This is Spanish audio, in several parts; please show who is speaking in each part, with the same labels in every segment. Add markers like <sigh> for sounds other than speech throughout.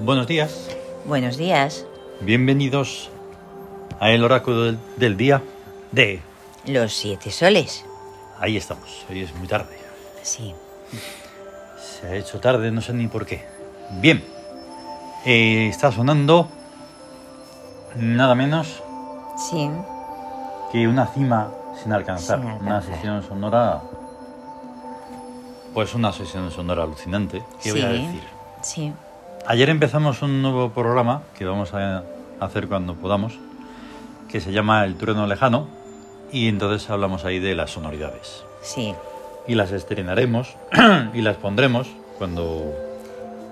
Speaker 1: Buenos días,
Speaker 2: Buenos días.
Speaker 1: bienvenidos a el oráculo del, del día de...
Speaker 2: Los siete soles.
Speaker 1: Ahí estamos, hoy es muy tarde.
Speaker 2: Sí.
Speaker 1: Se ha hecho tarde, no sé ni por qué. Bien, eh, está sonando nada menos
Speaker 2: Sí.
Speaker 1: que una cima sin alcanzar.
Speaker 2: Sin
Speaker 1: Una
Speaker 2: alcanzar.
Speaker 1: sesión sonora... Pues una sesión sonora alucinante, ¿qué voy a
Speaker 2: Sí.
Speaker 1: decir?
Speaker 2: Sí.
Speaker 1: Ayer empezamos un nuevo programa que vamos a hacer cuando podamos, que se llama El trueno lejano, y entonces hablamos ahí de las sonoridades.
Speaker 2: Sí.
Speaker 1: Y las estrenaremos <clears throat> y las pondremos cuando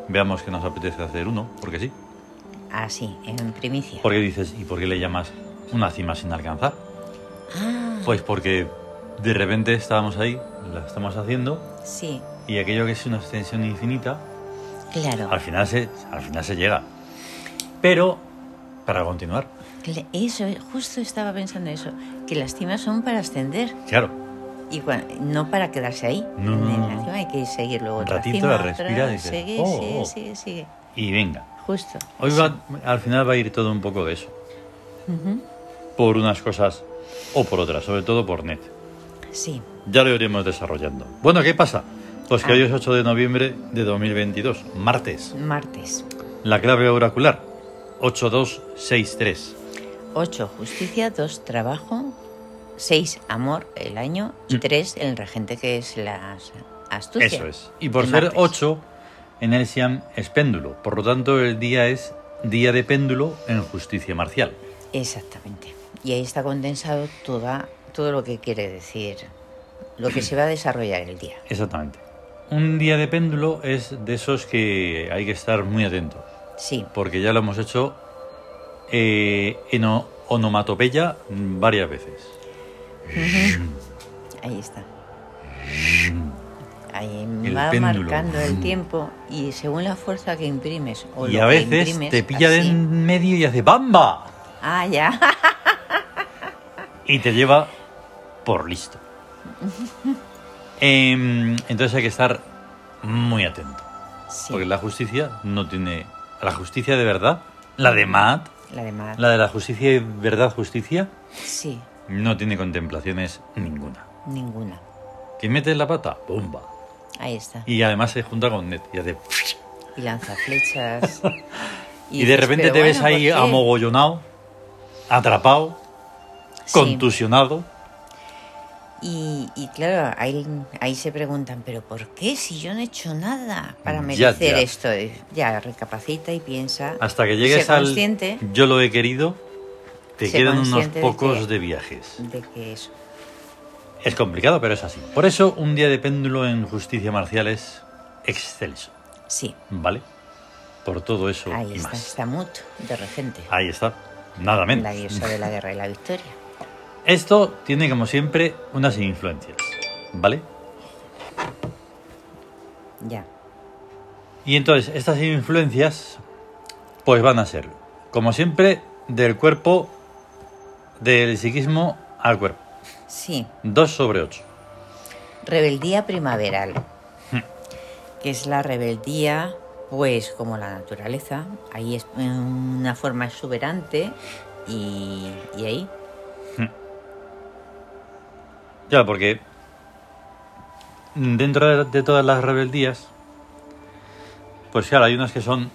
Speaker 1: veamos que nos apetece hacer uno, porque sí.
Speaker 2: Así, en primicia.
Speaker 1: Porque dices, ¿y por qué le llamas una cima sin alcanzar?
Speaker 2: Ah,
Speaker 1: Pues porque de repente estábamos ahí, la estamos haciendo,
Speaker 2: sí.
Speaker 1: y aquello que es una extensión infinita,
Speaker 2: Claro.
Speaker 1: al final se, al final se llega. Pero, para continuar,
Speaker 2: Cla- Eso, justo estaba pensando eso. Que las cimas son para ascender.
Speaker 1: claro,
Speaker 2: Y cua- no para quedarse ahí.
Speaker 1: No, no,
Speaker 2: En
Speaker 1: no,
Speaker 2: la
Speaker 1: no.
Speaker 2: cima hay que seguir luego
Speaker 1: Un
Speaker 2: otra
Speaker 1: ratito
Speaker 2: cima,
Speaker 1: la
Speaker 2: otra,
Speaker 1: respira y dices,
Speaker 2: sigue,
Speaker 1: "Oh,
Speaker 2: sigue,
Speaker 1: oh".
Speaker 2: sigue, sigue.
Speaker 1: Y venga.
Speaker 2: Justo.
Speaker 1: Hoy va, al final va a ir todo un poco de eso.
Speaker 2: Ujú.
Speaker 1: Por unas cosas o por otras, sobre todo por net.
Speaker 2: Sí.
Speaker 1: Ya lo iremos desarrollando. Bueno, ¿qué pasa? Pues que
Speaker 2: Ah.
Speaker 1: hoy es 8 de noviembre de 2022, martes.
Speaker 2: Martes.
Speaker 1: La clave oracular, 8263.
Speaker 2: 8, justicia, 2, trabajo, 6, amor, el año, y 3, el regente, que es la as- astucia.
Speaker 1: Mm. Eso es. Y por
Speaker 2: El
Speaker 1: ser
Speaker 2: martes.
Speaker 1: 8, en el Siam es péndulo. Por lo tanto, el día es día de péndulo en justicia marcial.
Speaker 2: Exactamente. Y ahí está condensado toda, todo lo que quiere decir, lo que se va a desarrollar el día.
Speaker 1: Exactamente. Un día de péndulo es de esos que hay que estar muy atento.
Speaker 2: Sí,
Speaker 1: porque ya lo hemos hecho eh, en o- onomatopeya mm, varias veces. Mm.
Speaker 2: ahí está. Ahí
Speaker 1: El
Speaker 2: va
Speaker 1: péndulo. Mm.
Speaker 2: marcando el tiempo y según la fuerza que imprimes o
Speaker 1: y
Speaker 2: lo
Speaker 1: a
Speaker 2: que
Speaker 1: veces
Speaker 2: imprimes,
Speaker 1: te pilla de
Speaker 2: así.
Speaker 1: en medio y hace ¡bamba!
Speaker 2: Ah, ya. <laughs>
Speaker 1: Y te lleva por
Speaker 2: <laughs>
Speaker 1: listo. Em, entonces hay que estar muy atento.
Speaker 2: Sí,
Speaker 1: Porque la justicia no tiene... La justicia de verdad, la de Maat,
Speaker 2: la de mar.
Speaker 1: la de la justicia de verdad justicia,
Speaker 2: Sí,
Speaker 1: no tiene contemplaciones ninguna.
Speaker 2: ninguna.
Speaker 1: Que mete la pata, bomba.
Speaker 2: Ahí está.
Speaker 1: Y además se junta con Net y hace...
Speaker 2: y lanza flechas.
Speaker 1: <laughs> Y, de repente te ves ahí amogollonado, atrapado, contusionado.
Speaker 2: Y, y claro, ahí, ahí se preguntan, ¿pero por qué si yo no he hecho nada para
Speaker 1: Ya,
Speaker 2: merecer
Speaker 1: ya.
Speaker 2: esto? Y Ya, recapacita y piensa.
Speaker 1: Hasta que llegues
Speaker 2: sé
Speaker 1: al
Speaker 2: consciente
Speaker 1: yo lo he querido, te
Speaker 2: Sé
Speaker 1: quedan unos
Speaker 2: consciente de
Speaker 1: pocos
Speaker 2: que-
Speaker 1: de viajes.
Speaker 2: de que eso.
Speaker 1: Es complicado, pero es así. Por eso un día de péndulo en justicia marcial es excelso,
Speaker 2: Sí,
Speaker 1: ¿vale? Por todo eso
Speaker 2: ahí
Speaker 1: y
Speaker 2: está,
Speaker 1: más.
Speaker 2: está Mut, de regente.
Speaker 1: Ahí está, nada menos.
Speaker 2: La
Speaker 1: <laughs>
Speaker 2: diosa de la guerra y la victoria.
Speaker 1: Esto tiene, como siempre, unas influencias, ¿vale?
Speaker 2: Ya.
Speaker 1: Y entonces, estas influencias, pues van a ser, como siempre, del cuerpo, del psiquismo al cuerpo.
Speaker 2: Sí,
Speaker 1: 2 sobre 8.
Speaker 2: rebeldía primaveral. Que es la rebeldía, pues como la naturaleza. Ahí es eh, una forma exuberante y, y ahí
Speaker 1: Ya, porque dentro de, de todas las rebeldías, pues claro, hay unas que son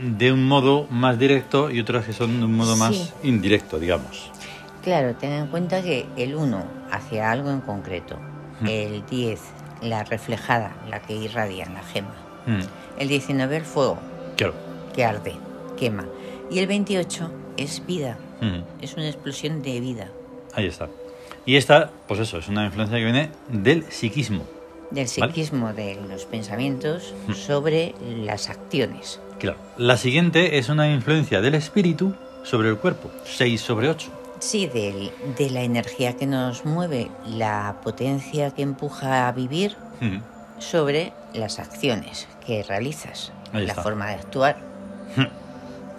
Speaker 1: de un modo más directo y otras que son de un modo
Speaker 2: Sí.
Speaker 1: más indirecto, digamos.
Speaker 2: Claro, ten en cuenta que el 1 hacia algo en concreto,
Speaker 1: Mm.
Speaker 2: el 10 la reflejada, la que irradia en la gema,
Speaker 1: Mm,
Speaker 2: el 19 el fuego,
Speaker 1: claro.
Speaker 2: que arde, quema, y el 28 es vida,
Speaker 1: Mm.
Speaker 2: es una explosión de vida
Speaker 1: Ahí está. Y esta, pues eso, es una influencia que viene del psiquismo.
Speaker 2: del
Speaker 1: Vale.
Speaker 2: psiquismo de los pensamientos
Speaker 1: Mm.
Speaker 2: sobre las acciones.
Speaker 1: Claro. La siguiente es una influencia del espíritu sobre el cuerpo. 6 sobre 8.
Speaker 2: Sí, del- de la energía que nos mueve, la potencia que empuja a vivir sobre las acciones que realizas,
Speaker 1: Ahí
Speaker 2: la
Speaker 1: está. Hmm.
Speaker 2: forma de actuar.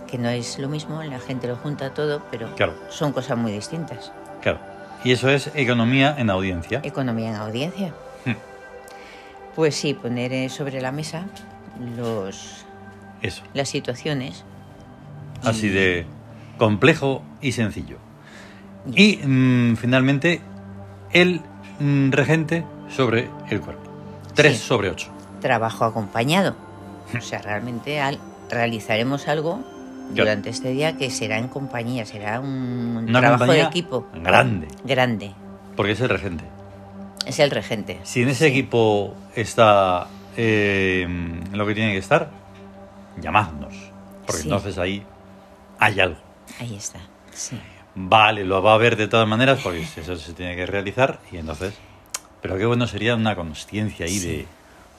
Speaker 2: que no es lo mismo, la gente lo junta todo, pero
Speaker 1: Claro.
Speaker 2: son cosas muy distintas.
Speaker 1: Claro. Y eso es economía en audiencia.
Speaker 2: Economía en audiencia.
Speaker 1: Hmm.
Speaker 2: Pues sí, poner eh, sobre la mesa los,
Speaker 1: Eso.
Speaker 2: las situaciones.
Speaker 1: Así de complejo y sencillo. Y mm, finalmente, el mm, regente sobre el cuerpo. 3
Speaker 2: Sí.
Speaker 1: sobre 8.
Speaker 2: Trabajo acompañado. O sea, realmente al- realizaremos algo
Speaker 1: Ya.
Speaker 2: durante este día que será en compañía, será un
Speaker 1: Una
Speaker 2: trabajo de
Speaker 1: compañía
Speaker 2: equipo.
Speaker 1: grande.
Speaker 2: Grande.
Speaker 1: Porque es el regente.
Speaker 2: Es el regente.
Speaker 1: Si en ese equipo está eh, lo que tiene que estar, llamadnos. Porque
Speaker 2: Sí.
Speaker 1: entonces ahí hay algo.
Speaker 2: Ahí está. Sí.
Speaker 1: Vale, lo va a ver de todas maneras porque eso se tiene que realizar y entonces... Pero qué bueno sería una consciencia ahí
Speaker 2: Sí.
Speaker 1: de...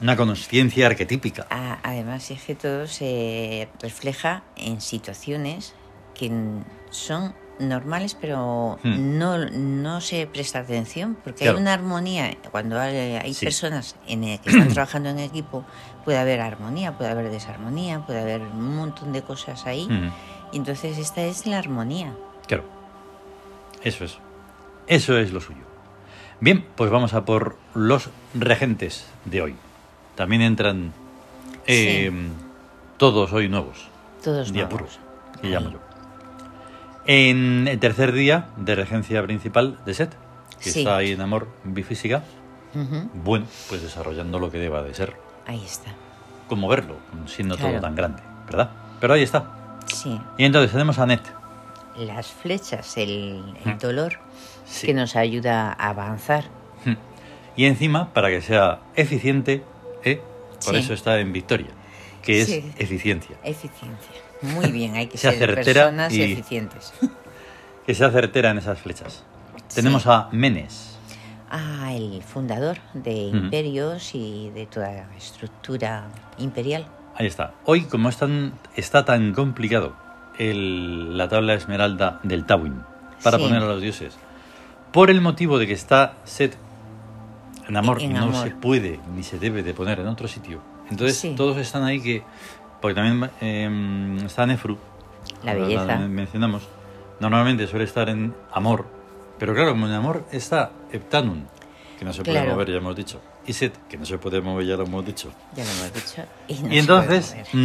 Speaker 1: Una consciencia arquetípica.
Speaker 2: A- además, es que todo se refleja en situaciones que n- son normales, pero
Speaker 1: Hmm.
Speaker 2: no, no se presta atención, porque
Speaker 1: Claro.
Speaker 2: hay una armonía. Cuando hay, hay
Speaker 1: Sí.
Speaker 2: personas en el
Speaker 1: <clears throat>
Speaker 2: que están trabajando en equipo, puede haber armonía, puede haber desarmonía, puede haber un montón de cosas ahí.
Speaker 1: Ujú.
Speaker 2: Y entonces esta es la armonía.
Speaker 1: Claro. Eso es. Eso es lo suyo. Bien, pues vamos a por los regentes de hoy. También entran eh, todos hoy nuevos.
Speaker 2: Todos
Speaker 1: Día
Speaker 2: nuevos.
Speaker 1: puros, que llamo yo. En el tercer día de regencia principal de Set, que
Speaker 2: Sí.
Speaker 1: está ahí en amor bifísica,
Speaker 2: Ujú,
Speaker 1: bueno, pues desarrollando lo que deba de ser.
Speaker 2: Ahí está.
Speaker 1: Como verlo, siendo todo
Speaker 2: Claro.
Speaker 1: tan grande, ¿verdad? Pero ahí está.
Speaker 2: Sí.
Speaker 1: Y entonces tenemos a Net.
Speaker 2: Las flechas, el, el
Speaker 1: Hmm.
Speaker 2: dolor,
Speaker 1: Sí.
Speaker 2: que nos ayuda a avanzar.
Speaker 1: Y encima, para que sea eficiente, ¿eh? por
Speaker 2: Sí.
Speaker 1: eso está en Victoria, que es
Speaker 2: Sí.
Speaker 1: eficiencia.
Speaker 2: Eficiencia. Muy bien, hay que
Speaker 1: Sea
Speaker 2: ser
Speaker 1: certera
Speaker 2: personas
Speaker 1: y-
Speaker 2: eficientes.
Speaker 1: Que sea certera en esas flechas. Tenemos
Speaker 2: Sí.
Speaker 1: a Menes.
Speaker 2: Ah, el fundador de
Speaker 1: Ujú.
Speaker 2: imperios y de toda estructura imperial.
Speaker 1: Ahí está. Hoy, como es tan- está tan complicado el- la tabla esmeralda del Tawin para
Speaker 2: Sí.
Speaker 1: poner a los dioses, por el motivo de que está set en amor,
Speaker 2: En
Speaker 1: no
Speaker 2: amor.
Speaker 1: se puede ni se debe de poner en otro sitio. Entonces,
Speaker 2: Sí.
Speaker 1: todos están ahí que. Porque también eh, está Nefru,
Speaker 2: La
Speaker 1: Ahora
Speaker 2: belleza.
Speaker 1: mencionamos. Normalmente suele estar en amor. Pero claro, como en amor está Heptanum, que no se puede
Speaker 2: Claro.
Speaker 1: mover, ya hemos dicho. Y Set, que no se puede mover, ya lo hemos dicho.
Speaker 2: Ya lo hemos dicho. Y, no
Speaker 1: y
Speaker 2: se
Speaker 1: entonces,
Speaker 2: puede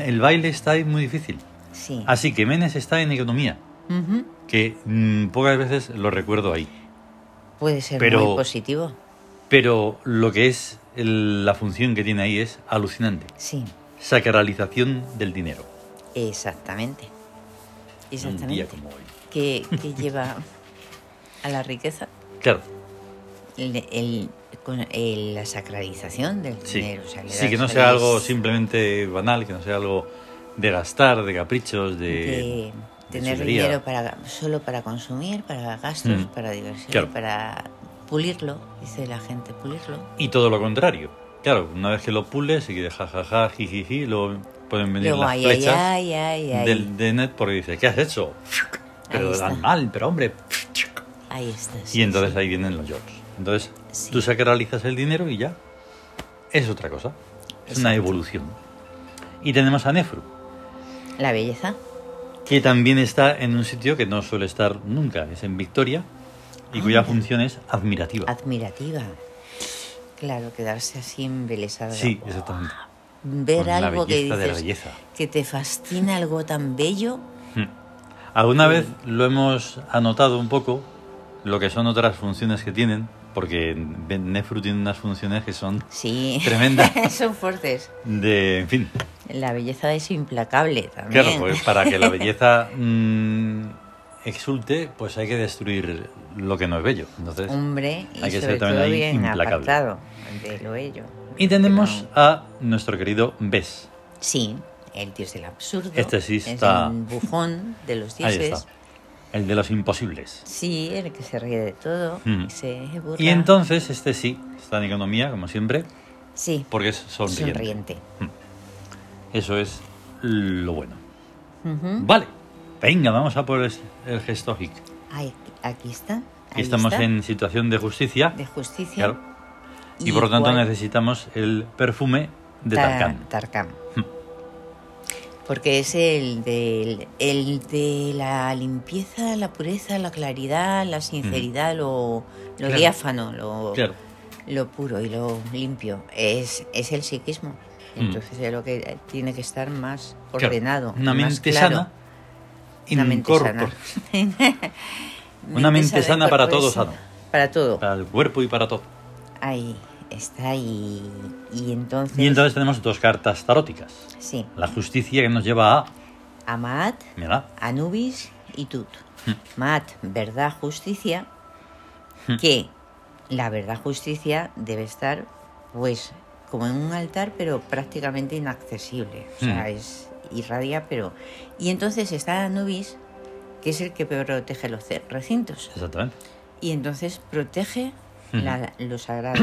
Speaker 1: mm, el baile está ahí muy difícil.
Speaker 2: Sí.
Speaker 1: Así que Menes está en economía,
Speaker 2: Ujú.
Speaker 1: que mm, pocas veces lo recuerdo ahí.
Speaker 2: Puede ser
Speaker 1: Pero-
Speaker 2: muy positivo.
Speaker 1: Pero lo que es el- la función que tiene ahí es alucinante.
Speaker 2: Sí,
Speaker 1: Sacralización del dinero.
Speaker 2: exactamente.
Speaker 1: en Un día
Speaker 2: Exactamente.
Speaker 1: como hoy.
Speaker 2: Que, que lleva a la riqueza
Speaker 1: Claro,
Speaker 2: el, el- con- el- la sacralización del
Speaker 1: Sí,
Speaker 2: dinero. o sea, le
Speaker 1: sí
Speaker 2: das
Speaker 1: que no sea
Speaker 2: valores
Speaker 1: algo simplemente banal, que no sea algo de gastar, de caprichos,
Speaker 2: de,
Speaker 1: de... de
Speaker 2: tener
Speaker 1: chulería.
Speaker 2: dinero para solo para consumir, para gastos,
Speaker 1: Mm.
Speaker 2: para diversión,
Speaker 1: Claro.
Speaker 2: para pulirlo, dice la gente, pulirlo.
Speaker 1: Y todo lo contrario. Claro, una vez que lo pules y que deja jajaja, jijiji, luego pueden venir
Speaker 2: Luego,
Speaker 1: las
Speaker 2: ay, ay,
Speaker 1: flechas
Speaker 2: ay, ay, ay,
Speaker 1: del de net porque dice, ¿qué has
Speaker 2: <laughs>
Speaker 1: hecho? Pero
Speaker 2: está.
Speaker 1: dan mal, pero hombre.
Speaker 2: ahí está. sí,
Speaker 1: Y entonces ahí vienen los yorks. Entonces
Speaker 2: Sí.
Speaker 1: tú sacralizas el dinero y ya. Es otra cosa. Es una
Speaker 2: Exacto.
Speaker 1: evolución. Y tenemos a Nefru,
Speaker 2: sí. La belleza,
Speaker 1: que también está en un sitio que no suele estar nunca, es en Victoria, y cuya
Speaker 2: Ah, mira.
Speaker 1: función es admirativa.
Speaker 2: admirativa. Claro, quedarse así embelesada.
Speaker 1: Sí, exactamente.
Speaker 2: Ver
Speaker 1: Con la
Speaker 2: algo que
Speaker 1: belleza de la
Speaker 2: dices
Speaker 1: belleza.
Speaker 2: que te fascina algo tan bello.
Speaker 1: Hmm. Alguna vez lo hemos anotado un poco, lo que son otras funciones que tienen, porque Ben- Nefru tiene unas funciones que
Speaker 2: <laughs>
Speaker 1: son
Speaker 2: Sí.
Speaker 1: Tremenda.
Speaker 2: <laughs> Son fuertes.
Speaker 1: de, en fin,
Speaker 2: La belleza es implacable también.
Speaker 1: claro, pues para que la belleza mm, exulte, pues hay que destruir lo que no es bello. Entonces,
Speaker 2: Hombre, y
Speaker 1: Hay que
Speaker 2: sobre
Speaker 1: ser también
Speaker 2: todo
Speaker 1: ahí
Speaker 2: bien
Speaker 1: implacable.
Speaker 2: apartado de lo ello.
Speaker 1: y tenemos a nuestro querido Bes.
Speaker 2: Sí, el dios del absurdo.
Speaker 1: Este sí
Speaker 2: Es
Speaker 1: está-
Speaker 2: un bufón de los
Speaker 1: Ahí
Speaker 2: dioses.
Speaker 1: está. El de los imposibles.
Speaker 2: Sí, el que se ríe de todo.
Speaker 1: Mm.
Speaker 2: y se burla.
Speaker 1: Y entonces este sí, está en economía, como siempre,
Speaker 2: Sí,
Speaker 1: porque es sonriente.
Speaker 2: sonriente.
Speaker 1: Eso es lo bueno.
Speaker 2: Ujú.
Speaker 1: Vale, venga, vamos a por el, el gesto hic.
Speaker 2: Ay, aquí está.
Speaker 1: Aquí
Speaker 2: ahí
Speaker 1: estamos
Speaker 2: está,
Speaker 1: en situación de justicia,
Speaker 2: De justicia.
Speaker 1: claro, y, por lo tanto
Speaker 2: cuál-
Speaker 1: necesitamos el perfume de
Speaker 2: Ta-
Speaker 1: Tarkan.
Speaker 2: Tarkan.
Speaker 1: Hmm.
Speaker 2: Porque es el del- el de la limpieza, la pureza, la claridad, la sinceridad, lo, lo
Speaker 1: Claro.
Speaker 2: diáfano, lo,
Speaker 1: Claro,
Speaker 2: lo puro y lo limpio. Es, es el psiquismo. Entonces es lo que tiene que estar más ordenado.
Speaker 1: Mm. Claro, una
Speaker 2: más
Speaker 1: mente
Speaker 2: claro.
Speaker 1: sana.
Speaker 2: Una
Speaker 1: <laughs>
Speaker 2: mente sana.
Speaker 1: Una mente sana
Speaker 2: y
Speaker 1: para
Speaker 2: cuerpo
Speaker 1: todo
Speaker 2: sano.
Speaker 1: sano.
Speaker 2: Para todo.
Speaker 1: Para el cuerpo y para todo.
Speaker 2: Ahí está. Y, y entonces.
Speaker 1: Y entonces tenemos dos cartas taróticas.
Speaker 2: Sí.
Speaker 1: La justicia que nos lleva a...
Speaker 2: Amad,
Speaker 1: Mira,
Speaker 2: Anubis y Tut. Mat, verdad, justicia. Que la verdad, justicia debe estar, pues, como en un altar, pero prácticamente inaccesible. O sea,
Speaker 1: Mm.
Speaker 2: es irradia, pero. Y entonces está Anubis, que es el que protege los ce- recintos.
Speaker 1: exactamente.
Speaker 2: Y entonces protege
Speaker 1: Ujú.
Speaker 2: la- lo sagrado.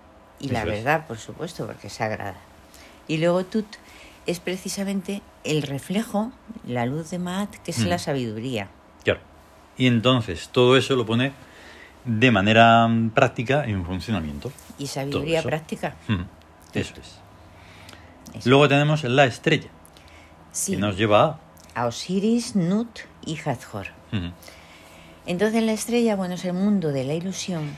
Speaker 1: <clears throat>
Speaker 2: y la
Speaker 1: Eso es.
Speaker 2: verdad, por supuesto, porque es sagrada. Y luego Tut es precisamente el reflejo, la luz de Maat, que es
Speaker 1: Mm.
Speaker 2: la sabiduría.
Speaker 1: Claro. Y entonces todo eso lo pone de manera mm, práctica en funcionamiento.
Speaker 2: Y sabiduría
Speaker 1: eso.
Speaker 2: práctica.
Speaker 1: Mm, Eso es.
Speaker 2: Eso.
Speaker 1: Luego tenemos la estrella,
Speaker 2: Sí,
Speaker 1: que nos lleva a...
Speaker 2: a Osiris, Nut y Hathor.
Speaker 1: Mm,
Speaker 2: Entonces la estrella, bueno, es el mundo de la ilusión,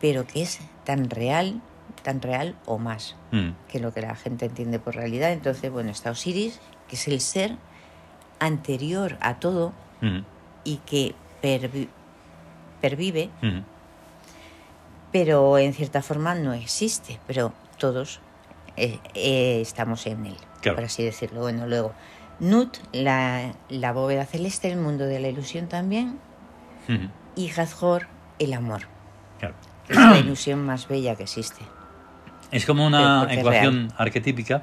Speaker 2: pero que es tan real, tan real o más.
Speaker 1: mm,
Speaker 2: que lo que la gente entiende por realidad. Entonces, bueno, está Osiris, que es el ser anterior a todo
Speaker 1: mm,
Speaker 2: y que pervi- pervive,
Speaker 1: mm.
Speaker 2: pero en cierta forma no existe, pero todos eh, eh, estamos en él,
Speaker 1: Claro.
Speaker 2: por así decirlo. Bueno, luego, Nut, la, la bóveda celeste, el mundo de la ilusión también,
Speaker 1: Mm,
Speaker 2: y Hathor, el amor,
Speaker 1: Claro.
Speaker 2: que
Speaker 1: <clears throat>
Speaker 2: es la ilusión más bella que existe.
Speaker 1: Es como
Speaker 2: Pero
Speaker 1: una
Speaker 2: porque es
Speaker 1: ecuación arquetípica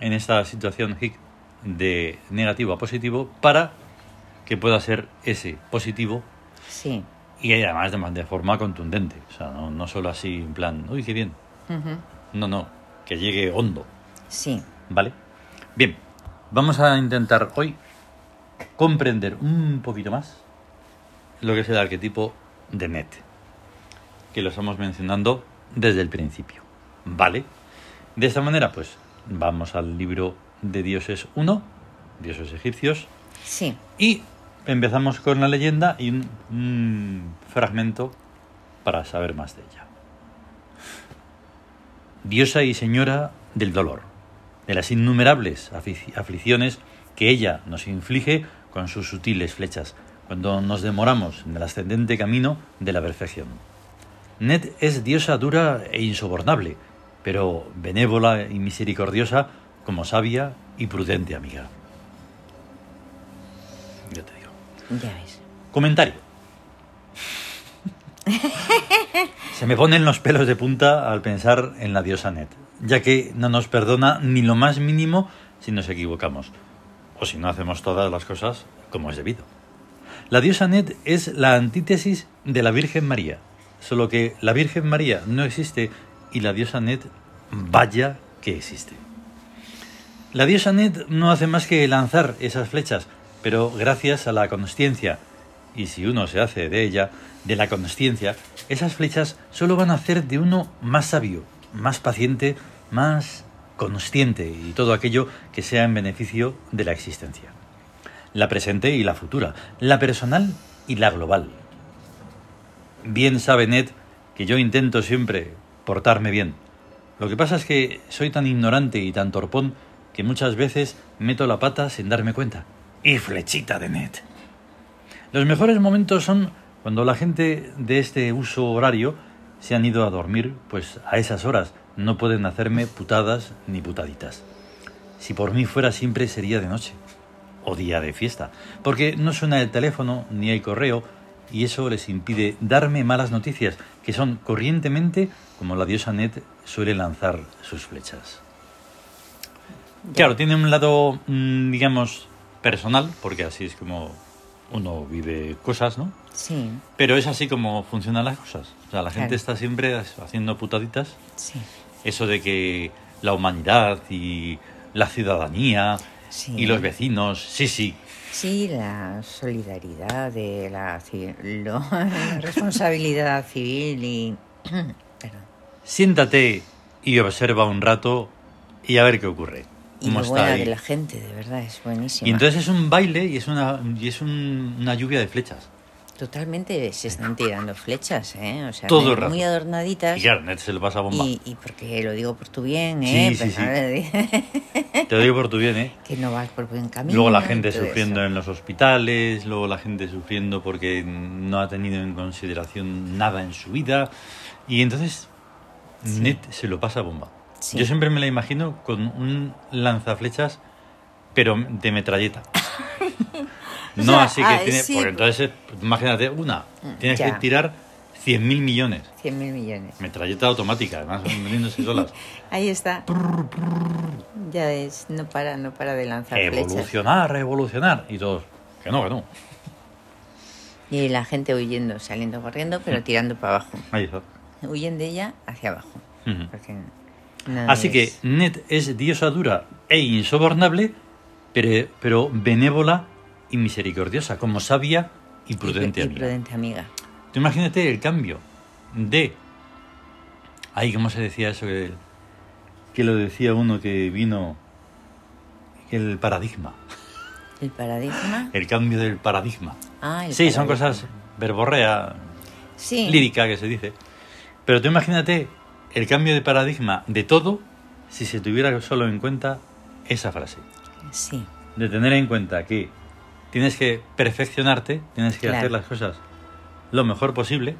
Speaker 1: en esta situación Hick de negativo a positivo para que pueda ser ese positivo
Speaker 2: Sí.
Speaker 1: y además de, de forma contundente. O sea, no, no solo así en plan, uy, qué bien.
Speaker 2: Ujú.
Speaker 1: No, no, que llegue hondo,
Speaker 2: Sí.
Speaker 1: ¿vale? Bien, vamos a intentar hoy comprender un poquito más lo que es el arquetipo de Net, que lo estamos mencionando desde el principio, ¿vale? De esta manera, pues vamos al libro de Dioses 1, Dioses egipcios,
Speaker 2: Sí.
Speaker 1: y empezamos con la leyenda y un, un fragmento para saber más de ella. Diosa y señora del dolor, de las innumerables afici- aflicciones que ella nos inflige con sus sutiles flechas cuando nos demoramos en el ascendente camino de la perfección. Ned es diosa dura e insobornable, pero benévola y misericordiosa como sabia y prudente amiga. Ya te digo.
Speaker 2: Ya ves.
Speaker 1: Comentario. Se me ponen los pelos de punta al pensar en la diosa Net, ya que no nos perdona ni lo más mínimo si nos equivocamos, o si no hacemos todas las cosas como es debido. La diosa Net es la antítesis de la Virgen María, solo que la Virgen María no existe y la diosa Net vaya que existe. La diosa Ned no hace más que lanzar esas flechas, pero gracias a la consciencia, y si uno se hace de ella, de la consciencia, esas flechas solo van a hacer de uno más sabio, más paciente, más consciente y todo aquello que sea en beneficio de la existencia. La presente y la futura, la personal y la global. Bien sabe Ned que yo intento siempre portarme bien. Lo que pasa es que soy tan ignorante y tan torpón que muchas veces meto la pata sin darme cuenta. Y flechita de net. Los mejores momentos son cuando la gente de este uso horario se han ido a dormir, pues a esas horas no pueden hacerme putadas ni putaditas. Si por mí fuera siempre sería de noche o día de fiesta, porque no suena el teléfono ni el correo y eso les impide darme malas noticias, que son corrientemente como la diosa Net suele lanzar sus flechas. Claro, tiene un lado, mm, digamos, personal, porque así es como uno vive cosas, ¿no?
Speaker 2: Sí.
Speaker 1: Pero es así como funcionan las cosas. O sea, la gente
Speaker 2: Claro.
Speaker 1: está siempre haciendo putaditas.
Speaker 2: Sí.
Speaker 1: Eso de que la humanidad y la ciudadanía
Speaker 2: Sí.
Speaker 1: y los vecinos, sí, sí,
Speaker 2: Sí, la solidaridad de la ci- lo- responsabilidad civil y <clears throat> perdón,
Speaker 1: siéntate y observa un rato y a ver qué ocurre.
Speaker 2: y
Speaker 1: cómo
Speaker 2: lo
Speaker 1: está
Speaker 2: buena
Speaker 1: ahí.
Speaker 2: de la gente, de verdad, es buenísimo.
Speaker 1: Y entonces es un baile y es una, y es un- una lluvia de flechas.
Speaker 2: Totalmente se están tirando flechas, ¿eh? O sea,
Speaker 1: Todo el
Speaker 2: muy-
Speaker 1: rato.
Speaker 2: muy adornaditas.
Speaker 1: Y claro, Ned se lo pasa bomba.
Speaker 2: Y, y porque lo digo por tu bien,
Speaker 1: Sí,
Speaker 2: ¿eh?
Speaker 1: sí,
Speaker 2: Pues,
Speaker 1: sí.
Speaker 2: ahora-
Speaker 1: Te lo digo por tu bien, ¿eh?
Speaker 2: <laughs> que no vas por buen camino.
Speaker 1: Luego la
Speaker 2: y
Speaker 1: gente
Speaker 2: todo
Speaker 1: sufriendo
Speaker 2: eso.
Speaker 1: en los hospitales, luego la gente sufriendo porque no ha tenido en consideración nada en su vida. Y entonces Ned se lo pasa bomba.
Speaker 2: Sí.
Speaker 1: Yo siempre me la imagino con un lanzaflechas, pero de
Speaker 2: <laughs>
Speaker 1: metralleta. no
Speaker 2: O sea,
Speaker 1: así que
Speaker 2: ah,
Speaker 1: tiene.
Speaker 2: sí. Mm,
Speaker 1: Porque entonces, imagínate, una, tienes
Speaker 2: ya.
Speaker 1: que tirar 100.000 millones.
Speaker 2: 100 mil millones.
Speaker 1: Metralleta automática, además, van viniéndose
Speaker 2: <laughs>
Speaker 1: solas.
Speaker 2: Ahí está. Ya es, no para, no para de lanzar flechas.
Speaker 1: Evolucionar, evolucionar. Y todos, que no, que no.
Speaker 2: Y la gente huyendo, saliendo corriendo, pero
Speaker 1: Mm.
Speaker 2: tirando para abajo.
Speaker 1: Ahí está.
Speaker 2: Huyen de ella hacia abajo.
Speaker 1: Ujú.
Speaker 2: Porque no
Speaker 1: Así que
Speaker 2: es-
Speaker 1: Ned es diosa dura e insobornable, pero, pero benévola y misericordiosa, como sabia y prudente.
Speaker 2: y, y
Speaker 1: amiga.
Speaker 2: prudente amiga.
Speaker 1: Tú imagínate el cambio de... Ay, ¿cómo se decía eso? Que, que lo decía uno que vino... El paradigma.
Speaker 2: El paradigma.
Speaker 1: El cambio del paradigma.
Speaker 2: Ah, el
Speaker 1: sí, son
Speaker 2: paradigma.
Speaker 1: cosas verborrea,
Speaker 2: Sí.
Speaker 1: lírica que se dice. Pero tú imagínate el cambio de paradigma de todo si se tuviera solo en cuenta esa frase.
Speaker 2: Sí.
Speaker 1: De tener en cuenta que tienes que perfeccionarte, tienes que
Speaker 2: Claro.
Speaker 1: hacer las cosas lo mejor posible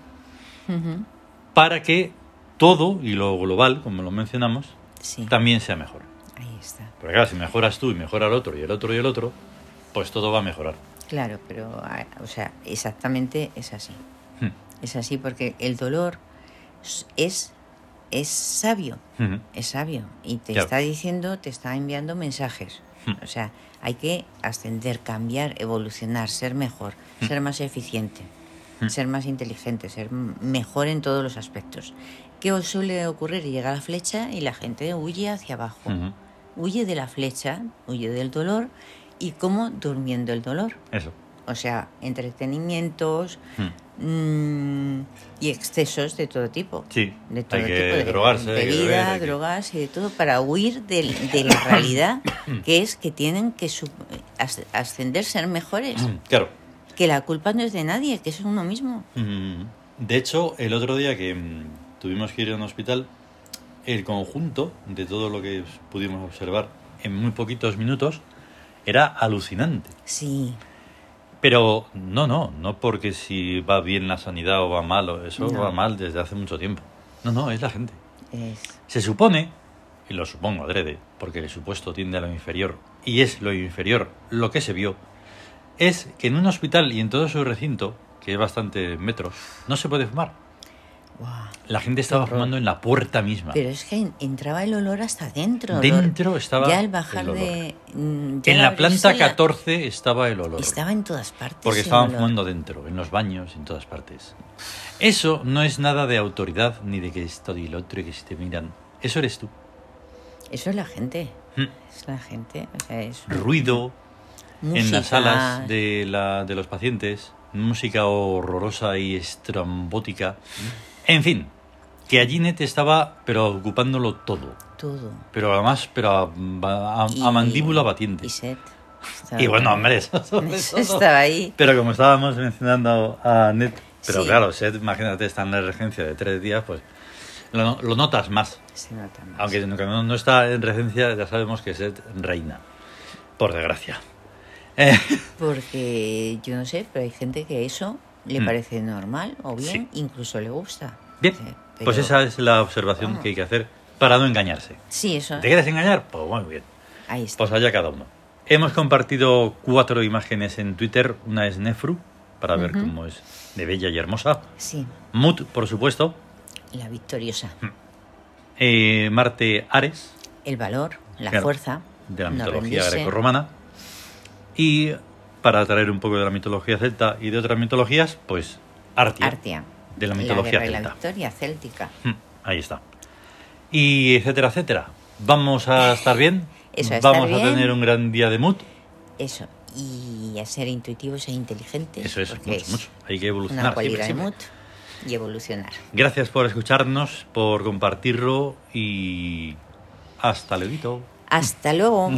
Speaker 2: Ujú.
Speaker 1: para que todo y lo global, como lo mencionamos,
Speaker 2: Sí.
Speaker 1: también sea mejor.
Speaker 2: Ahí está.
Speaker 1: Porque claro, si mejoras tú y mejora el otro y el otro y el otro, pues todo va a mejorar.
Speaker 2: Claro, pero, ah, o sea, exactamente es así.
Speaker 1: Hmm.
Speaker 2: Es así porque el dolor s- es, es sabio,
Speaker 1: Ujú.
Speaker 2: es sabio. Y te
Speaker 1: Claro.
Speaker 2: está diciendo, te está enviando mensajes.
Speaker 1: Hmm.
Speaker 2: O sea, hay que ascender, cambiar, evolucionar, ser mejor, ser más eficiente,
Speaker 1: Hmm.
Speaker 2: ser más inteligente, ser m- mejor en todos los aspectos. ¿Qué os suele ocurrir? Llega la flecha y la gente huye hacia abajo.
Speaker 1: Ujú.
Speaker 2: Huye de la flecha, huye del dolor y como durmiendo el dolor.
Speaker 1: Eso.
Speaker 2: O sea, entretenimientos,
Speaker 1: Hmm.
Speaker 2: Mm, y excesos de todo tipo.
Speaker 1: Sí,
Speaker 2: De
Speaker 1: hay
Speaker 2: todo
Speaker 1: que
Speaker 2: tipo de
Speaker 1: drogarse, hay que beber,
Speaker 2: bebida,
Speaker 1: hay que-
Speaker 2: drogas y de todo para huir del- de, la
Speaker 1: <coughs>
Speaker 2: realidad que es que tienen que sub- as- ascender, ser mejores.
Speaker 1: <clears throat> Claro.
Speaker 2: Que la culpa no es de nadie, que es uno mismo.
Speaker 1: Mm, De hecho, el otro día que mm, tuvimos que ir a un hospital, el conjunto de todo lo que pudimos observar en muy poquitos minutos era alucinante.
Speaker 2: Sí,
Speaker 1: Pero no, no, no porque si va bien la sanidad o va mal, o eso
Speaker 2: No.
Speaker 1: va mal desde hace mucho tiempo. No, no, es la gente.
Speaker 2: es
Speaker 1: Se supone, y lo supongo adrede, porque el supuesto tiende a lo inferior, y es lo inferior lo que se vio, es que en un hospital y en todo su recinto, que es bastante metros, no se puede fumar.
Speaker 2: guau.
Speaker 1: La gente estaba
Speaker 2: horror.
Speaker 1: fumando en la puerta misma.
Speaker 2: Pero es que en- entraba el olor hasta dentro. olor.
Speaker 1: Dentro estaba
Speaker 2: Ya al
Speaker 1: el
Speaker 2: bajar
Speaker 1: olor.
Speaker 2: de. mm, ya
Speaker 1: en
Speaker 2: al
Speaker 1: la
Speaker 2: abrirse
Speaker 1: planta
Speaker 2: la-
Speaker 1: 14 estaba el olor.
Speaker 2: Estaba en todas partes.
Speaker 1: Porque
Speaker 2: el
Speaker 1: estaban
Speaker 2: olor.
Speaker 1: fumando dentro, en los baños, en todas partes. Eso no es nada de autoridad, ni de que esto y lo otro, y que si te miran. Eso eres tú.
Speaker 2: Eso es la gente.
Speaker 1: Mm.
Speaker 2: Es la gente. O sea, es
Speaker 1: Ruido en
Speaker 2: música,
Speaker 1: las salas de, la- de los pacientes, música horrorosa y estrambótica.
Speaker 2: Hm.
Speaker 1: En fin, que allí Net estaba, pero ocupándolo todo.
Speaker 2: Todo.
Speaker 1: Pero además, pero a, a- a
Speaker 2: Y-
Speaker 1: mandíbula batiente.
Speaker 2: Y set.
Speaker 1: Y bueno, hombre, eso, <laughs>
Speaker 2: <laughs>
Speaker 1: eso-
Speaker 2: Estaba ahí.
Speaker 1: Pero como estábamos mencionando a Ned, pero
Speaker 2: Sí.
Speaker 1: claro, Seth, imagínate, está en la regencia de tres días, pues lo, lo notas más.
Speaker 2: Se nota más.
Speaker 1: Aunque no- no, no está en regencia, ya sabemos que Seth reina. Por desgracia. Eh, <laughs>
Speaker 2: Porque yo no sé, pero hay gente que eso le
Speaker 1: Mm.
Speaker 2: parece normal o bien,
Speaker 1: Sí.
Speaker 2: incluso le gusta.
Speaker 1: bien,
Speaker 2: Sí, pero-
Speaker 1: pues esa es la observación que hay que hacer para no engañarse.
Speaker 2: Sí, eso.
Speaker 1: ¿Te quieres engañar? Pues muy bien.
Speaker 2: Ahí está.
Speaker 1: Pues allá cada uno. Hemos compartido cuatro imágenes en Twitter. Una es Nefru, para ver
Speaker 2: Ujú.
Speaker 1: cómo es de bella y hermosa.
Speaker 2: Sí,
Speaker 1: Mut, por supuesto.
Speaker 2: la victoriosa.
Speaker 1: Eh, Marte Ares,
Speaker 2: El valor, la
Speaker 1: Claro.
Speaker 2: fuerza.
Speaker 1: de la
Speaker 2: no
Speaker 1: mitología
Speaker 2: rendirse.
Speaker 1: grecorromana. Y para traer un poco de la mitología celta y de otras mitologías, pues Artia,
Speaker 2: Artia.
Speaker 1: de la mitología
Speaker 2: guerra y la
Speaker 1: celta.
Speaker 2: victoria céltica.
Speaker 1: Mm, Ahí está. Y etcétera, etcétera. ¿Vamos a estar bien?
Speaker 2: Eso, a estar
Speaker 1: ¿Vamos a
Speaker 2: bien.
Speaker 1: tener un gran día de mood?
Speaker 2: Eso. Y a ser intuitivos e inteligentes.
Speaker 1: Eso es,
Speaker 2: porque
Speaker 1: mucho, mucho. Hay que evolucionar.
Speaker 2: Una
Speaker 1: siempre,
Speaker 2: cualidad de
Speaker 1: siempre.
Speaker 2: mood y evolucionar.
Speaker 1: Gracias por escucharnos, por compartirlo y hasta luego. <laughs>
Speaker 2: Hasta luego.